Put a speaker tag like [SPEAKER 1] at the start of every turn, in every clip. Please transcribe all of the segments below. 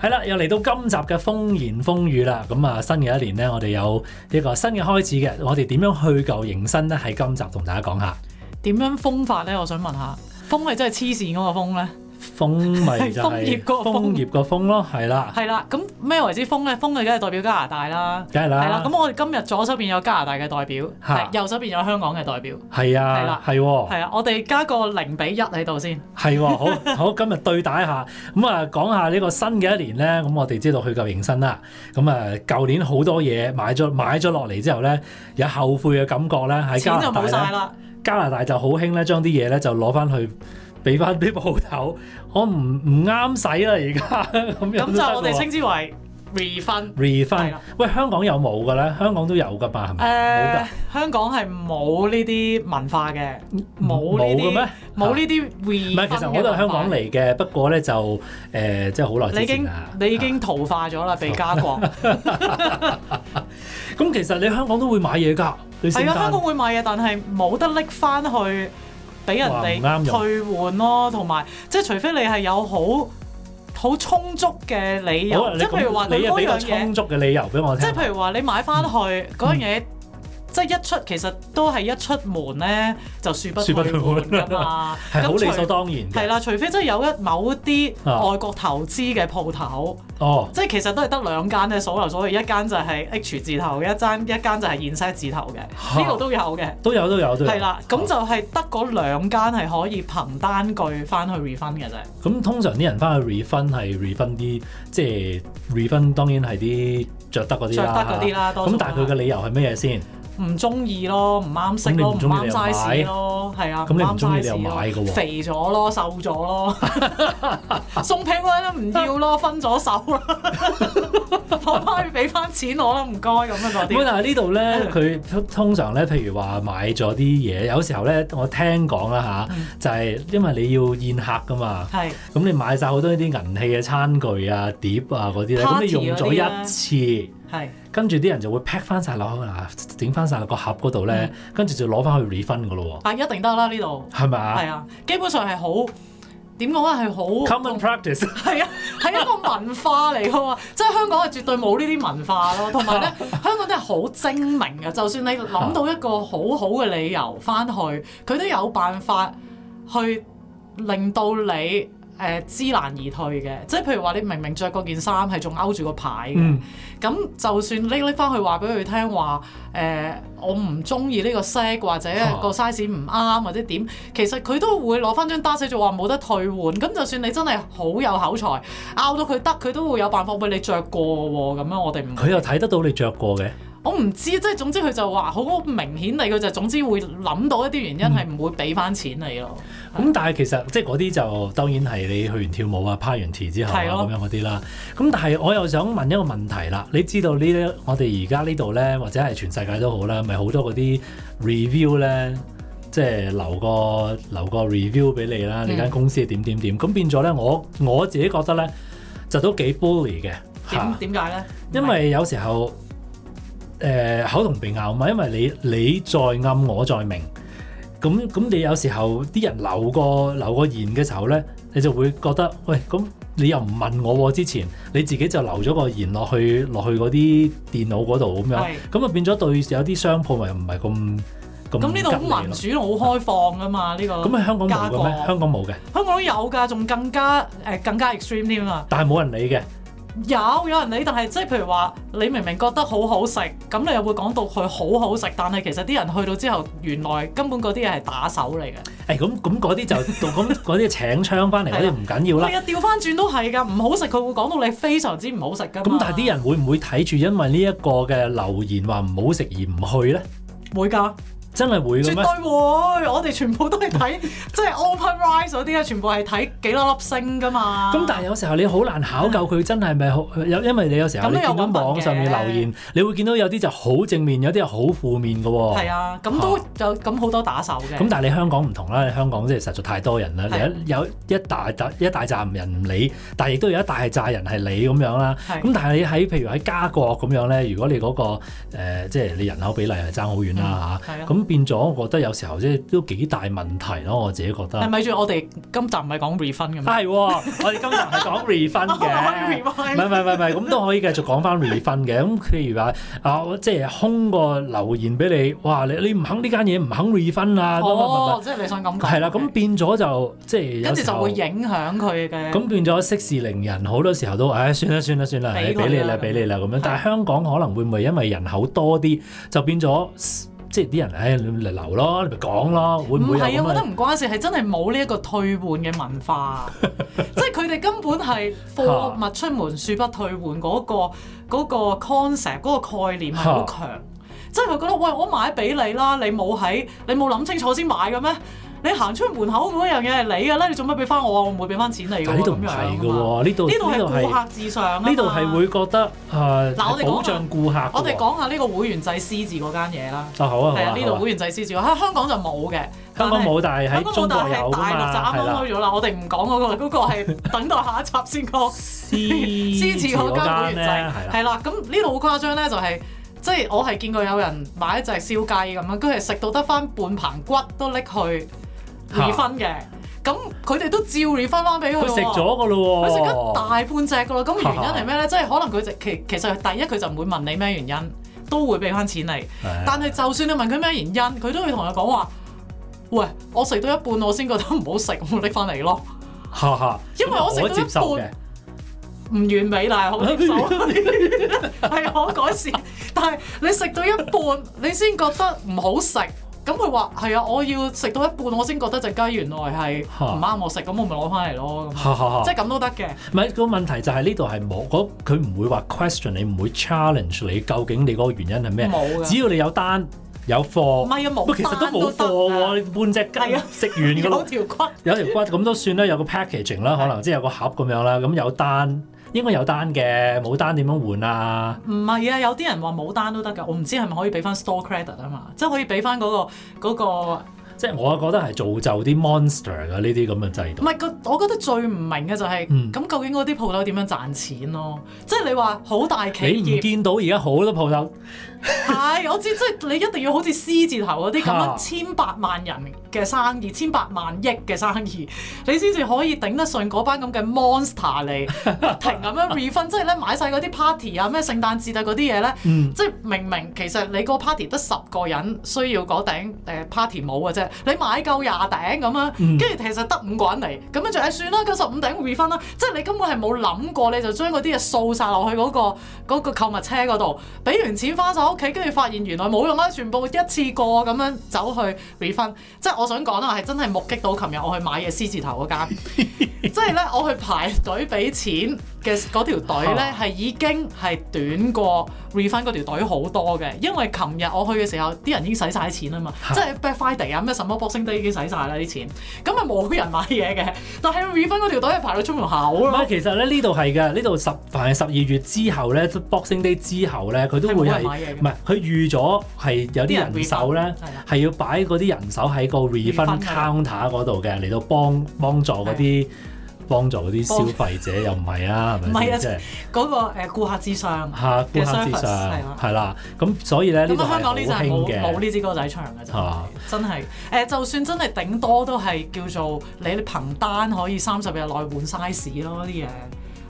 [SPEAKER 1] 係啦，又嚟到今集嘅風言風語啦。咁啊，新嘅一年咧，我哋有呢個新嘅開始嘅。我哋點樣去舊迎新咧？喺今集同大家講下。
[SPEAKER 2] 點樣封法咧？我想問下，封係真係黐線嗰個封咧？
[SPEAKER 1] 風咪 就
[SPEAKER 2] 楓
[SPEAKER 1] 係
[SPEAKER 2] 葉嗰個
[SPEAKER 1] 楓
[SPEAKER 2] 楓
[SPEAKER 1] 葉個風咯，係啦，
[SPEAKER 2] 係啦，咁咩為之封咧？封嘅梗係代表加拿大啦。
[SPEAKER 1] 梗係
[SPEAKER 2] 係啦
[SPEAKER 1] 啦，，
[SPEAKER 2] 咁我哋今日左手邊有加拿大嘅代表，
[SPEAKER 1] 嚇
[SPEAKER 2] 係右手邊有香港嘅代表，
[SPEAKER 1] 係
[SPEAKER 2] 係
[SPEAKER 1] 啊
[SPEAKER 2] 啦，
[SPEAKER 1] 係喎。
[SPEAKER 2] 係啊，我哋加個零比一喺度先。
[SPEAKER 1] 係喎， 好好，今日對打一下，咁啊講下呢個新嘅一年咧，咁我哋知道去舊迎新啦，咁啊舊年好多嘢買咗買咗落嚟之後咧，有後悔嘅感覺咧，喺加
[SPEAKER 2] 錢
[SPEAKER 1] 拿
[SPEAKER 2] 就
[SPEAKER 1] 大
[SPEAKER 2] 冇
[SPEAKER 1] 咧，
[SPEAKER 2] 晒啦，
[SPEAKER 1] 加拿大就好興咧，將啲嘢咧就攞翻去俾翻啲鋪頭，我唔唔啱使啦而家 咁樣
[SPEAKER 2] 咁
[SPEAKER 1] 都
[SPEAKER 2] 就我
[SPEAKER 1] 得
[SPEAKER 2] 哋
[SPEAKER 1] 喎
[SPEAKER 2] 稱之為 refund。係
[SPEAKER 1] refund
[SPEAKER 2] 啦。
[SPEAKER 1] 喂，香港有冇嘅咧？香港都有㗎嘛，係
[SPEAKER 2] 誒、
[SPEAKER 1] 咪？冇㗎。
[SPEAKER 2] 香港係冇呢啲文化嘅，
[SPEAKER 1] 冇
[SPEAKER 2] 冇
[SPEAKER 1] 嘅
[SPEAKER 2] 呢
[SPEAKER 1] 咩
[SPEAKER 2] 啲？冇呢啲 refund
[SPEAKER 1] 唔係，其實我都係香港嚟嘅，不過咧就誒、呃即係好耐
[SPEAKER 2] 你
[SPEAKER 1] 之
[SPEAKER 2] 已
[SPEAKER 1] 前
[SPEAKER 2] 經
[SPEAKER 1] 啦。
[SPEAKER 2] 你已經同化咗啦，被加國。
[SPEAKER 1] 啊咁，其實你香港都會買嘢㗎，你聖
[SPEAKER 2] 係啊，香港
[SPEAKER 1] 誕
[SPEAKER 2] 會買嘢，但係冇得拎翻去俾人
[SPEAKER 1] 哇唔啱用
[SPEAKER 2] 哋退換咯，同埋即係除非你係有好好充足嘅理
[SPEAKER 1] 好啊
[SPEAKER 2] 由，
[SPEAKER 1] 你
[SPEAKER 2] 即係譬如話
[SPEAKER 1] 咁
[SPEAKER 2] 佢
[SPEAKER 1] 你又
[SPEAKER 2] 嗰
[SPEAKER 1] 俾個
[SPEAKER 2] 樣嘢
[SPEAKER 1] 充，啊嗯足嘅理由俾我
[SPEAKER 2] 即
[SPEAKER 1] 聽
[SPEAKER 2] 係。譬如話你買翻去嗰樣嘢。即係一出，其實都係一出門咧，就恕不
[SPEAKER 1] 恕不
[SPEAKER 2] 退
[SPEAKER 1] 退換
[SPEAKER 2] 換㗎嘛。
[SPEAKER 1] 係好
[SPEAKER 2] 咁除
[SPEAKER 1] 理所當然
[SPEAKER 2] 係
[SPEAKER 1] 嘅，
[SPEAKER 2] 啦，除非真係有一某一
[SPEAKER 1] 啊
[SPEAKER 2] 啲外國投資嘅鋪頭，
[SPEAKER 1] 哦，
[SPEAKER 2] 即係其實都係得兩間咧，所流所謂一間就係 H 字頭，一間一間就係 i n s e 字頭嘅，
[SPEAKER 1] 嚇
[SPEAKER 2] 呢度都有嘅。
[SPEAKER 1] 都有都有都有。
[SPEAKER 2] 係啦，咁就
[SPEAKER 1] 哦
[SPEAKER 2] 係得嗰兩間係可以憑單據翻去 refund 嘅啫。
[SPEAKER 1] 咁通常啲人翻去 refund 係 refund 啲，即係 refund 當然係啲着得嗰啲
[SPEAKER 2] 着
[SPEAKER 1] 啦。
[SPEAKER 2] 得嗰啲啦多數
[SPEAKER 1] 咁但係佢嘅理由係咩嘢先？
[SPEAKER 2] 唔中意咯，唔啱色
[SPEAKER 1] 咁
[SPEAKER 2] 咯，
[SPEAKER 1] 你唔
[SPEAKER 2] 唔
[SPEAKER 1] 中意你
[SPEAKER 2] 啱
[SPEAKER 1] 又買
[SPEAKER 2] size 咯，係啊，
[SPEAKER 1] 咁你唔中意
[SPEAKER 2] 啱
[SPEAKER 1] 你又
[SPEAKER 2] size 咯
[SPEAKER 1] 買㗎喎
[SPEAKER 2] 肥咗咯，瘦咗咯， 送平嗰啲都唔要咯，分咗手 啦，可唔可以俾翻錢我啦？唔該咁樣嗰
[SPEAKER 1] 咁
[SPEAKER 2] 啲，
[SPEAKER 1] 但係呢度咧，佢通通常咧，譬如話買咗啲嘢，有時候咧，我聽講啦
[SPEAKER 2] 嗯
[SPEAKER 1] 吓，就係因為你要宴客噶嘛，
[SPEAKER 2] 係
[SPEAKER 1] 咁你買晒好多呢啲銀器嘅餐具啊、碟啊嗰啲咧，咁你
[SPEAKER 2] Party
[SPEAKER 1] 用咗
[SPEAKER 2] 嗰
[SPEAKER 1] 一次，
[SPEAKER 2] 係
[SPEAKER 1] 跟住啲人就會 pack 翻晒落去啊，整翻晒落個盒嗰度
[SPEAKER 2] 嗯
[SPEAKER 1] 咧，跟住就攞翻去 refund 噶咯
[SPEAKER 2] 啊，一定得啦呢度
[SPEAKER 1] 喎，，係咪啊
[SPEAKER 2] 係啊，基本上係好點講咧係好
[SPEAKER 1] ？Common practice
[SPEAKER 2] 係啊，係一個文化嚟嘅喎，即係香港係絕對冇呢啲文化咯。同埋咧，香港真係好精明嘅，就算你諗到一個好好嘅理由翻去，佢都有辦法去令到你誒、呃知難而退嘅。即係譬如話，你明明着嗰件衫係仲勾住個牌嘅。
[SPEAKER 1] 嗯
[SPEAKER 2] 咁就算拎拎翻去話俾佢聽話，誒、我唔中意呢個 size 或者
[SPEAKER 1] 啊
[SPEAKER 2] 個 size 唔啱或者點，其實佢都會攞翻張單寫就話冇得退換。咁就算你真係好有口才，拗到佢得，佢都會有辦法俾你着過喎。咁樣我哋唔，
[SPEAKER 1] 佢又睇得到你着過嘅，
[SPEAKER 2] 我唔知，即係總之佢就話好明顯你，佢就總之會諗到一啲原因係唔會俾翻錢你咯。
[SPEAKER 1] 咁但係其實即係嗰啲就當然係你去完跳舞啊、拍完 T 之後啊
[SPEAKER 2] 係咯
[SPEAKER 1] 咁樣嗰啲啦。咁但係我又想問一個問題啦，你知道呢啲我哋而家呢度咧，或者係全世界都好啦，咪好多嗰啲 review 咧，即係留個留個 review 俾你
[SPEAKER 2] 嗯
[SPEAKER 1] 啦，你間公司點點點，咁變咗咧，我我自己覺得咧就都幾 bully 嘅嚇
[SPEAKER 2] 點，點解咧？
[SPEAKER 1] 因為有時候誒、口同鼻拗嘛，因為你你在暗我在明。咁咁你有時候啲人留個留個言嘅時候咧，你就會覺得喂，咁你又唔問我喎、之前你自己就留咗個言落去落去嗰啲電腦嗰度咁樣
[SPEAKER 2] 係，
[SPEAKER 1] 咁啊變咗對有啲商鋪咪唔係咁咁
[SPEAKER 2] 咁呢度
[SPEAKER 1] 吉利
[SPEAKER 2] 好民
[SPEAKER 1] 咯
[SPEAKER 2] 主好開放噶嘛？呢、個
[SPEAKER 1] 咁喺香港冇
[SPEAKER 2] 加
[SPEAKER 1] 嘅咩？香
[SPEAKER 2] 過
[SPEAKER 1] 港冇嘅，
[SPEAKER 2] 香港都有㗎，仲更加誒、更加 extreme 添啊！
[SPEAKER 1] 但係冇人理嘅。
[SPEAKER 2] 有有人理，但係即係譬如話，你明明覺得好好食，咁你又會講到佢好好食，但係其實啲人去到之後，原來根本嗰啲嘢係打手嚟
[SPEAKER 1] 誒
[SPEAKER 2] 嘅。
[SPEAKER 1] 咁咁嗰啲就咁嗰啲請槍翻嚟嗰啲唔緊要啦
[SPEAKER 2] 你。啊調翻轉都係㗎，唔好食佢會講到你非常之唔好食㗎嘛。
[SPEAKER 1] 咁但係啲人會唔會睇住因為呢一個嘅留言話唔好食而唔去咧？
[SPEAKER 2] 會㗎，
[SPEAKER 1] 真係會
[SPEAKER 2] 絕
[SPEAKER 1] 嘅咩
[SPEAKER 2] 對？啊會。我哋全部都係睇 即係 open rise 嗰啲咧，全部係睇幾粒粒星㗎嘛。
[SPEAKER 1] 咁但係有時候你好難考究佢真係咪好有，因為你有時候
[SPEAKER 2] 咁
[SPEAKER 1] 你
[SPEAKER 2] 都有
[SPEAKER 1] 見到
[SPEAKER 2] 揾笨
[SPEAKER 1] 網上面
[SPEAKER 2] 嘅
[SPEAKER 1] 留言，你會見到有啲就好正面，有啲又好負面嘅喎。
[SPEAKER 2] 係啊，咁都有咁好多打手嘅。
[SPEAKER 1] 咁但係你香港唔同啦，你香港即係實在太多人啦，
[SPEAKER 2] 係
[SPEAKER 1] 你一有一大扎一大扎人唔理，但係亦都有一大扎人係理咁樣啦。
[SPEAKER 2] 係
[SPEAKER 1] 咁但係你喺譬如喺家國咁樣咧，如果你嗰、個、呃、即係你人口比例係爭好遠啦嚇，
[SPEAKER 2] 係啊
[SPEAKER 1] 咁、咁變咗，我覺得有時候即係都幾大問題咯。我自己覺得。
[SPEAKER 2] 係咪住我哋今集唔係講 refund 嘅咩？
[SPEAKER 1] 係喎，我哋今日係講 refund 嘅。
[SPEAKER 2] 我可以
[SPEAKER 1] 唔係
[SPEAKER 2] rewind
[SPEAKER 1] 唔係唔係唔係，咁都可以繼續講翻 refund 嘅。咁譬如話啊，我即係空個留言俾你，哇！你你唔肯呢間嘢唔肯 refund 啊，乜乜乜
[SPEAKER 2] 哦，即係你想咁
[SPEAKER 1] 乜，
[SPEAKER 2] 講。
[SPEAKER 1] 係啦。咁變咗就即係
[SPEAKER 2] 跟
[SPEAKER 1] 有
[SPEAKER 2] 住
[SPEAKER 1] 時
[SPEAKER 2] 就
[SPEAKER 1] 候
[SPEAKER 2] 會影響佢嘅。
[SPEAKER 1] 咁變咗息事寧人，好多時候都唉、算啦算啦算啦，唉
[SPEAKER 2] 俾佢
[SPEAKER 1] 俾你
[SPEAKER 2] 啦
[SPEAKER 1] 啦
[SPEAKER 2] 咁
[SPEAKER 1] 俾你啦咁樣
[SPEAKER 2] 係。
[SPEAKER 1] 但係香港可能會唔會因為人口多啲，就變咗即係啲人唉你嚟留咯，你咪講咯，會唔
[SPEAKER 2] 唔
[SPEAKER 1] 會有
[SPEAKER 2] 係啊，
[SPEAKER 1] 咁
[SPEAKER 2] 我覺得
[SPEAKER 1] 啊？
[SPEAKER 2] 唔關事，係真係冇呢一個退換嘅 文化，即係佢哋根本係貨物出門恕不退換嗰、個嗰、個 concept 嗰個概念係好強，即係佢覺得喂我買俾你啦，你冇喺你冇諗清楚先買嘅咩？你行出門口嗰樣嘢係你嘅咧，你做乜俾翻我啊？我唔會俾翻錢你嘅喎。
[SPEAKER 1] 但係呢度唔
[SPEAKER 2] 咁樣啊
[SPEAKER 1] 係嘅
[SPEAKER 2] 嘛
[SPEAKER 1] 喎，呢度
[SPEAKER 2] 呢度係
[SPEAKER 1] 呢度係
[SPEAKER 2] 顧客至上啊嘛
[SPEAKER 1] 呢度係會覺得誒
[SPEAKER 2] 嗱我哋講下
[SPEAKER 1] 保障顧客嘅喎。
[SPEAKER 2] 我哋講下呢個會員制 C 字嗰間嘢啦。
[SPEAKER 1] 啊好啊好
[SPEAKER 2] 係
[SPEAKER 1] 啊
[SPEAKER 2] 啊，呢
[SPEAKER 1] 好
[SPEAKER 2] 度
[SPEAKER 1] 啊
[SPEAKER 2] 會員制 C 字，喺香港就冇嘅。
[SPEAKER 1] 香港冇，但係
[SPEAKER 2] 香
[SPEAKER 1] 喺
[SPEAKER 2] 港
[SPEAKER 1] 中
[SPEAKER 2] 冇，
[SPEAKER 1] 國
[SPEAKER 2] 但
[SPEAKER 1] 有
[SPEAKER 2] 係
[SPEAKER 1] 㗎
[SPEAKER 2] 大陸就
[SPEAKER 1] 嘛，係啦
[SPEAKER 2] 啱 啱。開咗啦。我哋唔講嗰個啦，嗰個係等待下一集先講。
[SPEAKER 1] 獅咧
[SPEAKER 2] 獅子嗰間會員
[SPEAKER 1] 係
[SPEAKER 2] 制
[SPEAKER 1] 啦，
[SPEAKER 2] 係啦，咁呢度好誇張咧，就係、即係我係見過有人買一隻燒雞咁樣，跟住食到得翻半棚骨都拎去
[SPEAKER 1] 嚇
[SPEAKER 2] refund 嘅，咁佢哋都照 refund 翻俾佢
[SPEAKER 1] 佢
[SPEAKER 2] 喎
[SPEAKER 1] 食咗。㗎咯
[SPEAKER 2] 佢
[SPEAKER 1] 喎，
[SPEAKER 2] 食咗大半隻㗎咯，咁原因係咩咧？即係可能佢就其其實第一佢就唔會問你咩原因，都會俾翻錢你。
[SPEAKER 1] 係
[SPEAKER 2] 但係就算你問佢咩原因，佢都會同你講話：，喂，我食到一半我先覺得唔好食，我拎翻嚟咯。
[SPEAKER 1] 哈哈，啊
[SPEAKER 2] 因為我食到一半
[SPEAKER 1] 接受嘅，
[SPEAKER 2] 唔完美，但係好接受， 係可改善。但係你食到一半，你先覺得唔好食。咁佢話係啊，我要食到一半，我先覺得只雞原來係唔啱我食，咁我咪攞翻嚟咯。咁
[SPEAKER 1] 哈哈哈
[SPEAKER 2] 即係咁都得嘅。
[SPEAKER 1] 唔係個問題就係呢度係冇嗰佢唔會話 question 你，唔會 challenge 你究竟你嗰個原因係咩？
[SPEAKER 2] 冇
[SPEAKER 1] 只
[SPEAKER 2] 㗎，
[SPEAKER 1] 要你有單有貨，
[SPEAKER 2] 唔係啊，
[SPEAKER 1] 不過
[SPEAKER 2] 冇
[SPEAKER 1] 其實都
[SPEAKER 2] 單
[SPEAKER 1] 冇
[SPEAKER 2] 得啊
[SPEAKER 1] 貨喎，半隻
[SPEAKER 2] 係啊
[SPEAKER 1] 雞食完㗎
[SPEAKER 2] 有
[SPEAKER 1] 咯，
[SPEAKER 2] 條骨。
[SPEAKER 1] 有條骨咁都算啦，有個 packaging 啦，可能即係有個盒咁樣啦，咁有單應該有單嘅，冇單點樣換啊？
[SPEAKER 2] 唔係啊，有啲人話冇單都得㗎，我唔知係咪可以俾翻 store credit 啊嘛，即係可以俾翻嗰個嗰個，唔
[SPEAKER 1] 即係我覺得係造就啲 monster 嘅呢啲咁嘅制度。
[SPEAKER 2] 係個，我覺得最唔明嘅就係、
[SPEAKER 1] 嗯
[SPEAKER 2] 咁究竟嗰啲鋪頭點樣賺錢咯？即係你話好大企
[SPEAKER 1] 你唔
[SPEAKER 2] 業，
[SPEAKER 1] 見到而家好多鋪頭
[SPEAKER 2] 係我知，即係你一定要好似 C 字頭嗰啲咁
[SPEAKER 1] 嚇
[SPEAKER 2] 樣千百萬人嘅生意，千百萬億嘅生意，你先至可以頂得順嗰班咁嘅 monster 嚟不停 咁樣 refund，即係咧買晒嗰啲 party 啊、咩聖誕節啊嗰啲嘢咧。
[SPEAKER 1] 嗯
[SPEAKER 2] 即係明明其實你個 party 得十個人需要嗰頂誒 party 帽嘅啫，你買夠廿頂咁樣，
[SPEAKER 1] 嗯
[SPEAKER 2] 跟住其實得五個人嚟，咁樣就誒算啦，九十五頂 refund 啦，即係你根本係冇諗過，你就將嗰啲嘢掃晒落去嗰、個嗰、個購物車嗰度，俾完錢翻晒屋企，跟住發現原來冇用啦，全部一次過咁樣走去 refund，即係我想講啦，係真係目擊到琴日我去買嘢獅字頭嗰間。即係咧，我去排隊俾錢嘅嗰條 隊咧，係已經係短過 refund 嗰條隊好多嘅，因為琴日我去嘅時候，啲人已經使晒錢啊嘛，
[SPEAKER 1] 係
[SPEAKER 2] 即係 Black Friday 啊，咩什麼 Boxing Day 已經使晒啦啲錢，咁咪冇人買嘢嘅，但係 refund 嗰條隊係排到出門口啊
[SPEAKER 1] 唔
[SPEAKER 2] 咯
[SPEAKER 1] 係，，其實咧呢度係嘅，呢度十凡係十二月之後咧，Boxing Day 之後咧，佢都會
[SPEAKER 2] 係
[SPEAKER 1] 係
[SPEAKER 2] 冇人買嘢嘅
[SPEAKER 1] 唔係佢預咗係有啲人手咧
[SPEAKER 2] refund，係啦
[SPEAKER 1] 係要擺嗰啲人手喺個 refund
[SPEAKER 2] refund 嗰
[SPEAKER 1] counter 嗰度嘅，嚟到幫幫助嗰啲幫助嗰啲消費者又唔係啊，係
[SPEAKER 2] 啊唔係
[SPEAKER 1] 咪先？
[SPEAKER 2] 啊
[SPEAKER 1] 即係
[SPEAKER 2] 嗰個誒顧客至上。
[SPEAKER 1] 嚇顧
[SPEAKER 2] 嘅
[SPEAKER 1] 客至
[SPEAKER 2] service，係
[SPEAKER 1] 上
[SPEAKER 2] 啦
[SPEAKER 1] 係啦，咁所以咧呢
[SPEAKER 2] 咁
[SPEAKER 1] 度係
[SPEAKER 2] 啊，香
[SPEAKER 1] 好
[SPEAKER 2] 港呢就係
[SPEAKER 1] 興
[SPEAKER 2] 冇冇
[SPEAKER 1] 嘅。
[SPEAKER 2] 呢支歌仔唱嘅真係
[SPEAKER 1] 啊，
[SPEAKER 2] 真係誒，就算真係頂多都係叫做你憑單可以三十日內換 size 咯啲嘢，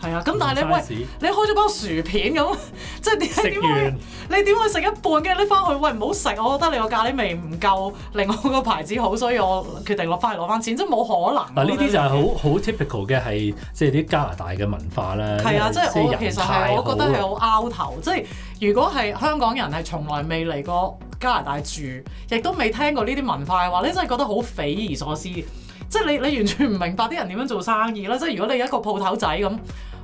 [SPEAKER 2] 係啊，咁但係你喂。
[SPEAKER 1] 喂
[SPEAKER 2] 你開咗包薯片咁， 即係點
[SPEAKER 1] 食
[SPEAKER 2] 點會
[SPEAKER 1] 完
[SPEAKER 2] 你點會食一半，跟住拎翻去？喂，唔好食，啊我覺得你個咖喱味唔夠，令我個牌子好，所以我決定落翻嚟攞翻錢，即係冇可能。
[SPEAKER 1] 嗱呢啲就係好好 typical 嘅係即係啲加拿大嘅文化啦。
[SPEAKER 2] 係啊，即係我
[SPEAKER 1] 人
[SPEAKER 2] 其實
[SPEAKER 1] 太
[SPEAKER 2] 係我覺得
[SPEAKER 1] 好啦啊
[SPEAKER 2] 係好拗頭，即係如果係香港人係從來未嚟過加拿大住，亦都未聽過呢啲文化嘅話，你真係覺得好匪夷所思。即係你你完全唔明白啲人點樣做生意啦。即係如果你一個鋪頭仔咁。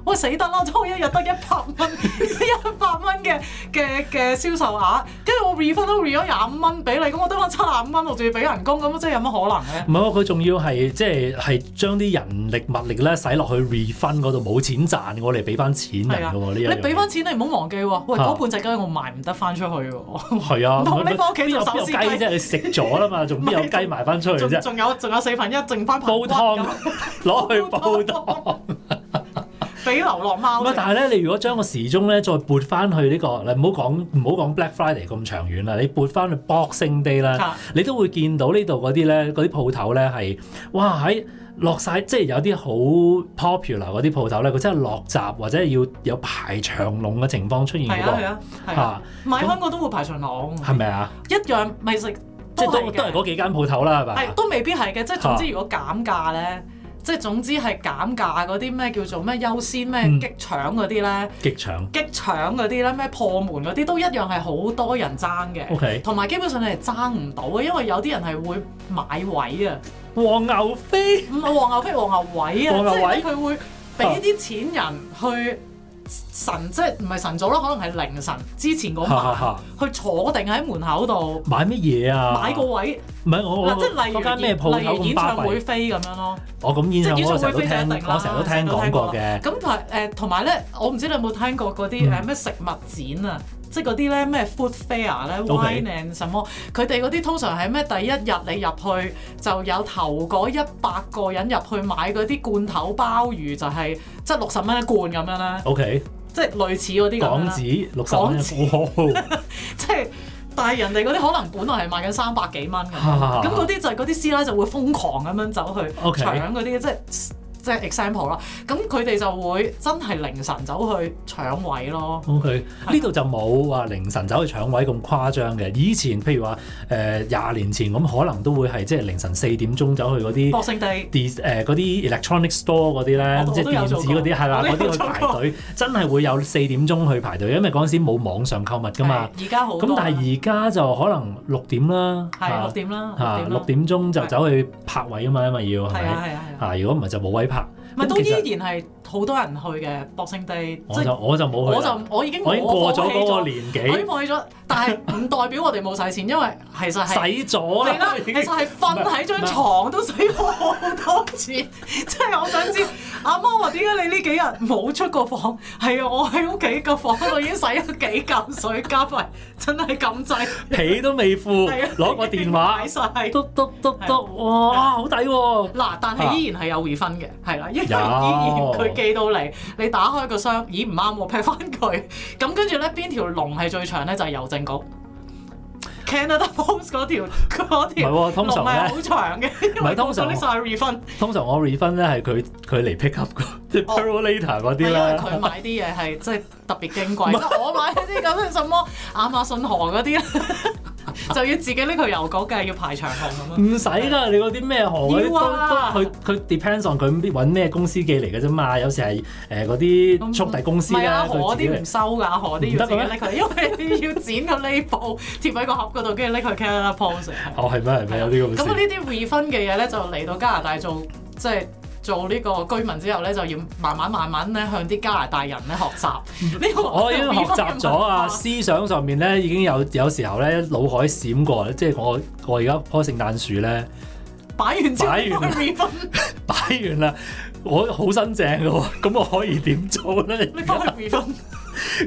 [SPEAKER 2] 喂死得啦！即係我一日得一百蚊， 一百蚊嘅嘅嘅銷售額，跟住我 refund 都 refund 咗廿五蚊俾你，咁我得翻七廿五蚊，我仲要俾人工，咁即係有乜可能咧？
[SPEAKER 1] 唔係喎，佢仲要係即係係將啲人力物力咧使落去 refund 嗰度冇錢賺，我哋俾翻錢人
[SPEAKER 2] 係啊
[SPEAKER 1] 嘅喎呢一樣嘢
[SPEAKER 2] 你俾翻錢你唔好忘記喎，喂
[SPEAKER 1] 嚇
[SPEAKER 2] 嗰半隻雞我賣唔得翻出去喎。
[SPEAKER 1] 係啊，
[SPEAKER 2] 唔同
[SPEAKER 1] 咁
[SPEAKER 2] 你翻屋企
[SPEAKER 1] 邊有
[SPEAKER 2] 做手
[SPEAKER 1] 邊有
[SPEAKER 2] 撕
[SPEAKER 1] 雞
[SPEAKER 2] 雞
[SPEAKER 1] 啫？你食咗啦嘛，仲邊有雞賣翻出去
[SPEAKER 2] 仲
[SPEAKER 1] 啫？
[SPEAKER 2] 仲有仲有四分一，剩翻
[SPEAKER 1] 煲湯攞去煲湯，
[SPEAKER 2] 煲俾流浪貓
[SPEAKER 1] 唔係，
[SPEAKER 2] 食。
[SPEAKER 1] 但係咧，你如果將個時鐘咧再撥翻去呢、個，嗱唔好講唔好講 Black Friday 咁長遠啦，你撥翻去 Boxing Day 啦，
[SPEAKER 2] 啊
[SPEAKER 1] 你都會見到呢度嗰啲咧，嗰啲鋪頭咧係，哇喺落晒，即係有啲好 popular 嗰啲鋪頭咧，佢真係落閘或者要有排長龍嘅情況出現
[SPEAKER 2] 係
[SPEAKER 1] 嘅
[SPEAKER 2] 啊係
[SPEAKER 1] 喎，
[SPEAKER 2] 啊係啊，
[SPEAKER 1] 嚇
[SPEAKER 2] 買香港都會排長龍，
[SPEAKER 1] 係咪啊？
[SPEAKER 2] 一樣咪食
[SPEAKER 1] 即係
[SPEAKER 2] 係
[SPEAKER 1] 都
[SPEAKER 2] 嘅
[SPEAKER 1] 都係嗰幾間鋪頭啦，係
[SPEAKER 2] 係
[SPEAKER 1] 咪？
[SPEAKER 2] 都未必係嘅，即係總
[SPEAKER 1] 啊
[SPEAKER 2] 之如果減價咧，即係總之係減價嗰啲咩叫做咩優先咩
[SPEAKER 1] 嗯
[SPEAKER 2] 激搶嗰啲咧，
[SPEAKER 1] 極長
[SPEAKER 2] 激搶嗰啲咧咩破門嗰啲都一樣係好多人爭嘅，
[SPEAKER 1] ，OK，
[SPEAKER 2] 同埋基本上你係爭唔到嘅，因為有啲人係會買位啊，
[SPEAKER 1] 黃牛飛
[SPEAKER 2] 唔係黃牛飛黃牛位啊，
[SPEAKER 1] 黃牛
[SPEAKER 2] 即係
[SPEAKER 1] 位
[SPEAKER 2] 咧佢會俾啲錢人去。晨即係唔係晨早啦，可能係凌晨之前嗰
[SPEAKER 1] 哈哈
[SPEAKER 2] 晚
[SPEAKER 1] 哈
[SPEAKER 2] 去坐定喺門口度
[SPEAKER 1] 買乜嘢啊？
[SPEAKER 2] 買個位，
[SPEAKER 1] 唔係我我
[SPEAKER 2] 嗱即係例如
[SPEAKER 1] 嗰間咩鋪
[SPEAKER 2] 例
[SPEAKER 1] 頭
[SPEAKER 2] 如
[SPEAKER 1] 咁
[SPEAKER 2] 演
[SPEAKER 1] 巴
[SPEAKER 2] 唱
[SPEAKER 1] 閉？
[SPEAKER 2] 會
[SPEAKER 1] 啊
[SPEAKER 2] 飛咁樣咯。
[SPEAKER 1] 我哦咁演
[SPEAKER 2] 即係
[SPEAKER 1] 唱
[SPEAKER 2] 演
[SPEAKER 1] 會我
[SPEAKER 2] 唱
[SPEAKER 1] 成日都
[SPEAKER 2] 會飛就一
[SPEAKER 1] 聽，
[SPEAKER 2] 定啦，
[SPEAKER 1] 我成日都聽
[SPEAKER 2] 成日都
[SPEAKER 1] 講
[SPEAKER 2] 聽
[SPEAKER 1] 過
[SPEAKER 2] 過
[SPEAKER 1] 嘅。
[SPEAKER 2] 咁同誒同埋咧，我唔知你有冇聽過嗰
[SPEAKER 1] 嗯
[SPEAKER 2] 啲呃誒咩食物展啊，即係嗰啲咧咩 food fair 咧
[SPEAKER 1] OK
[SPEAKER 2] wine and 什麼，佢哋嗰啲通常係咩第一日你入去就有頭嗰一百個人入去買嗰啲罐頭鮑魚，就係即係六十蚊一罐咁樣啦，
[SPEAKER 1] O K，
[SPEAKER 2] 即係類似嗰啲咁樣
[SPEAKER 1] 港
[SPEAKER 2] 啦，
[SPEAKER 1] 紙六十
[SPEAKER 2] 港
[SPEAKER 1] 蚊 一哇
[SPEAKER 2] 即係。但係人哋嗰啲可能本來係賣緊三百幾蚊嘅，
[SPEAKER 1] 哈哈
[SPEAKER 2] 咁嗰啲就係嗰啲師奶就會瘋狂咁樣走去
[SPEAKER 1] 啊 OK
[SPEAKER 2] 搶嗰啲，即係即係 example 啦。咁佢哋就會真係凌晨走去搶位咯。
[SPEAKER 1] O K，呢度就冇話凌晨走去搶位咁誇張嘅。以前譬如話誒廿年前咁，可能都會係即係凌晨四點鐘走去嗰啲。
[SPEAKER 2] 博聖地
[SPEAKER 1] 啲誒嗰啲 electronic store 嗰啲咧
[SPEAKER 2] 我，都
[SPEAKER 1] 即
[SPEAKER 2] 哦
[SPEAKER 1] 係
[SPEAKER 2] 我都有
[SPEAKER 1] 電
[SPEAKER 2] 做
[SPEAKER 1] 子
[SPEAKER 2] 過
[SPEAKER 1] 嗰啲係啦，
[SPEAKER 2] 我都有
[SPEAKER 1] 嗰啲去
[SPEAKER 2] 做過
[SPEAKER 1] 排隊，真係會有四點鐘去排隊，因為嗰陣時冇網上購物㗎嘛。
[SPEAKER 2] 係而家好多啊
[SPEAKER 1] 咁但係而家就可能六點啦，
[SPEAKER 2] 係啊六
[SPEAKER 1] 嚇
[SPEAKER 2] 點啦，
[SPEAKER 1] 嚇
[SPEAKER 2] 六
[SPEAKER 1] 啊六
[SPEAKER 2] 點啦，
[SPEAKER 1] 點鐘就走去拍位啊嘛，因為要係
[SPEAKER 2] 係啊
[SPEAKER 1] 咪？
[SPEAKER 2] 係啊係啊，
[SPEAKER 1] 嚇，如果唔係就冇位拍。
[SPEAKER 2] 咪
[SPEAKER 1] 咁
[SPEAKER 2] 都
[SPEAKER 1] 其實
[SPEAKER 2] 依然係好多人去嘅博聖地，
[SPEAKER 1] 我
[SPEAKER 2] 即係
[SPEAKER 1] 就我就冇
[SPEAKER 2] 我
[SPEAKER 1] 去啦，
[SPEAKER 2] 就我已經
[SPEAKER 1] 我已經過咗
[SPEAKER 2] 放棄
[SPEAKER 1] 嗰個
[SPEAKER 2] 咗
[SPEAKER 1] 年
[SPEAKER 2] 我已經
[SPEAKER 1] 紀，
[SPEAKER 2] 放棄咗，但係唔代表我哋冇使錢，因為其實係。
[SPEAKER 1] 使咗
[SPEAKER 2] 係啦
[SPEAKER 1] 啦，，已
[SPEAKER 2] 其
[SPEAKER 1] 經
[SPEAKER 2] 實係瞓喺張床都使我好多錢， 即係我想知阿媽話點解你呢幾日冇出過房？係啊，我喺屋企個房度已經使咗幾嚿水加埋， 真係咁滯，
[SPEAKER 1] 被都未付，
[SPEAKER 2] 係啊，
[SPEAKER 1] 哦攞個電 話
[SPEAKER 2] 買，晒。
[SPEAKER 1] 篤篤
[SPEAKER 2] 啊
[SPEAKER 1] 篤篤，哇，好抵 喎！
[SPEAKER 2] 嗱，但係依然係有 refund 嘅，係啦，因為依
[SPEAKER 1] 啊有
[SPEAKER 2] 然佢寄到嚟，你打開個箱，咦唔啱喎，劈翻佢， 咁跟住咧邊條龍係最長咧？就係郵政局 Canada Post 嗰條嗰
[SPEAKER 1] 唔係
[SPEAKER 2] 條
[SPEAKER 1] 喎，通
[SPEAKER 2] 龍係
[SPEAKER 1] 常咧，
[SPEAKER 2] 好長嘅，因
[SPEAKER 1] 唔
[SPEAKER 2] 為
[SPEAKER 1] 係通常
[SPEAKER 2] 拎晒 refund，
[SPEAKER 1] 通常我 refund 咧係佢佢嚟 pick up 㗎即係
[SPEAKER 2] 哦
[SPEAKER 1] p e r o later 嗰
[SPEAKER 2] 係啊
[SPEAKER 1] 啲
[SPEAKER 2] 因為佢
[SPEAKER 1] 啦。
[SPEAKER 2] 買啲嘢係即係特別矜貴。
[SPEAKER 1] 唔
[SPEAKER 2] 我買嗰啲咁嘅什麼亞馬遜河嗰啲咧， 就要自己拎去郵局嘅，要排長龍咁啊樣。
[SPEAKER 1] 唔使㗎，你嗰啲咩行嗰啲
[SPEAKER 2] 要啊
[SPEAKER 1] 都都佢佢 depends on 佢揾咩公司寄嚟嘅啫嘛，有時係誒嗰啲速遞公司
[SPEAKER 2] 唔係啊，
[SPEAKER 1] 啦，
[SPEAKER 2] 河
[SPEAKER 1] 佢自己
[SPEAKER 2] 啲
[SPEAKER 1] 嚟
[SPEAKER 2] 唔。收㗎，河啲要自己拎佢，因為你要剪個 label 貼喺個盒嗰度，跟住拎去 Canada Post 嘅。
[SPEAKER 1] 哦，係咩 係咩？有啲咁嘅
[SPEAKER 2] 咁呢
[SPEAKER 1] 事。
[SPEAKER 2] 啲 refund 嘅嘢咧，就嚟到加拿大做即係。做呢個居民之後咧，就要慢慢慢慢咧向啲加拿大人咧學 習。呢個
[SPEAKER 1] 哦我已經學
[SPEAKER 2] refund 嘅
[SPEAKER 1] 習咗啊，
[SPEAKER 2] 文化
[SPEAKER 1] 思想上面咧已經有有時候咧腦海閃過，即係我我而家棵聖誕樹咧
[SPEAKER 2] 擺完之後
[SPEAKER 1] 擺完
[SPEAKER 2] refund，
[SPEAKER 1] 擺完啦，我好新淨嘅喎，咁我可以點做咧？
[SPEAKER 2] 你翻去 refund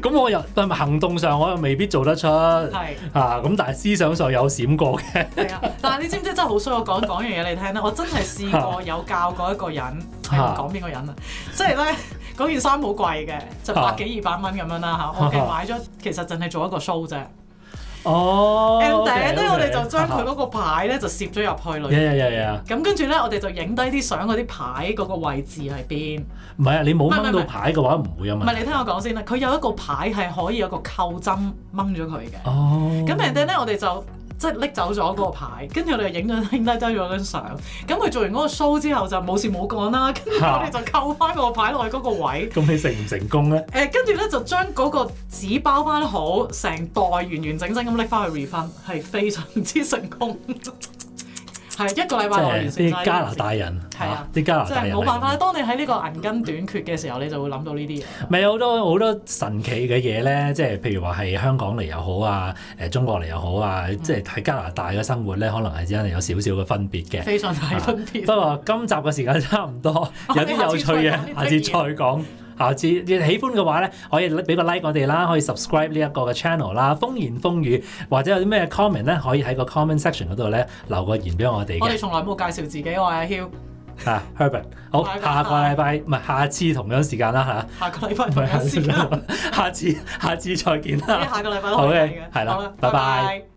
[SPEAKER 1] 咁我又但係行動上我又未必做得出啊，
[SPEAKER 2] 係
[SPEAKER 1] 咁但係思想上有閃過嘅，
[SPEAKER 2] 係啊！但係你知唔知真係好衰？我講講完嘢你聽咧，我真係 試過有教過一個人，係唔講邊個人啊？即係咧嗰件衫好貴嘅，就百幾二百蚊咁樣啦 嚇。我嘅買咗，其實淨係做一個 show 啫。
[SPEAKER 1] 哦
[SPEAKER 2] and
[SPEAKER 1] ，OK，OK，
[SPEAKER 2] then 咧，我哋就將佢嗰
[SPEAKER 1] 哈
[SPEAKER 2] 個牌咧就攝咗入
[SPEAKER 1] 哈
[SPEAKER 2] 去裏。
[SPEAKER 1] 呀呀呀呀，
[SPEAKER 2] 咁跟住咧，我哋就影低啲相嗰啲牌嗰個位置喺邊。
[SPEAKER 1] 唔係啊，你冇
[SPEAKER 2] 唔係
[SPEAKER 1] 掹
[SPEAKER 2] 唔
[SPEAKER 1] 到
[SPEAKER 2] 係
[SPEAKER 1] 牌嘅話唔會啊
[SPEAKER 2] 唔
[SPEAKER 1] 嘛，
[SPEAKER 2] 係你聽我講先啦，佢有一個牌係可以有個扣針掹咗佢嘅。
[SPEAKER 1] 哦，
[SPEAKER 2] 咁 and then 咧，我哋就即係拎走咗嗰個牌，跟住我哋影咗影低低咗張相。咁佢做完嗰個 show 之後就冇事冇幹啦，跟住我哋就扣翻個牌落去嗰個位。
[SPEAKER 1] 咁你成唔成功咧？
[SPEAKER 2] 誒，跟住咧就將嗰個紙包翻好，成袋完完整整咁拎翻去 refund，係非常之成功。係一個禮
[SPEAKER 1] 即
[SPEAKER 2] 拜
[SPEAKER 1] 係
[SPEAKER 2] 內完成晒
[SPEAKER 1] 啲
[SPEAKER 2] 呢
[SPEAKER 1] 加
[SPEAKER 2] 件
[SPEAKER 1] 拿
[SPEAKER 2] 事
[SPEAKER 1] 大人
[SPEAKER 2] 係啊
[SPEAKER 1] 嚇啲加拿
[SPEAKER 2] 即
[SPEAKER 1] 大
[SPEAKER 2] 係
[SPEAKER 1] 人
[SPEAKER 2] 冇辦法
[SPEAKER 1] 嚟
[SPEAKER 2] 啦。當你喺呢個銀根短缺嘅時候，你就會諗到呢啲嘢。
[SPEAKER 1] 咪有好多好多神奇嘅嘢咧，即係譬如話係香港嚟又好啊，誒中國嚟又好啊，即係喺加拿大嘅生活咧，可能係真係有少少嘅分別嘅。
[SPEAKER 2] 非常大分別。
[SPEAKER 1] 啊不過今集嘅時間差唔多，有啲有趣嘅，哦下
[SPEAKER 2] 我
[SPEAKER 1] 次
[SPEAKER 2] 哋
[SPEAKER 1] 再
[SPEAKER 2] 下
[SPEAKER 1] 講。下次你喜歡嘅話咧，可以俾個 like 我哋啦，可以 subscribe 呢一個嘅 channel 啦。風言風語或者有啲咩 comment 咧，可以喺個 comment section 嗰度咧留個言俾我哋
[SPEAKER 2] 我
[SPEAKER 1] 嘅
[SPEAKER 2] 哋。從來冇介紹自己，我係阿 Hill。
[SPEAKER 1] 啊，Herbert，好，
[SPEAKER 2] 拜拜
[SPEAKER 1] 下個禮拜唔係下次同樣時間啦
[SPEAKER 2] 下個禮
[SPEAKER 1] 嚇，
[SPEAKER 2] 拜
[SPEAKER 1] 唔
[SPEAKER 2] 同
[SPEAKER 1] 係啊
[SPEAKER 2] 樣
[SPEAKER 1] 下
[SPEAKER 2] 時
[SPEAKER 1] 次
[SPEAKER 2] 間，
[SPEAKER 1] 下次下次再見啦。
[SPEAKER 2] 下個禮拜都可以
[SPEAKER 1] 好
[SPEAKER 2] 睇嘅，
[SPEAKER 1] 嘅係啦
[SPEAKER 2] 好啦，
[SPEAKER 1] 拜拜
[SPEAKER 2] 拜拜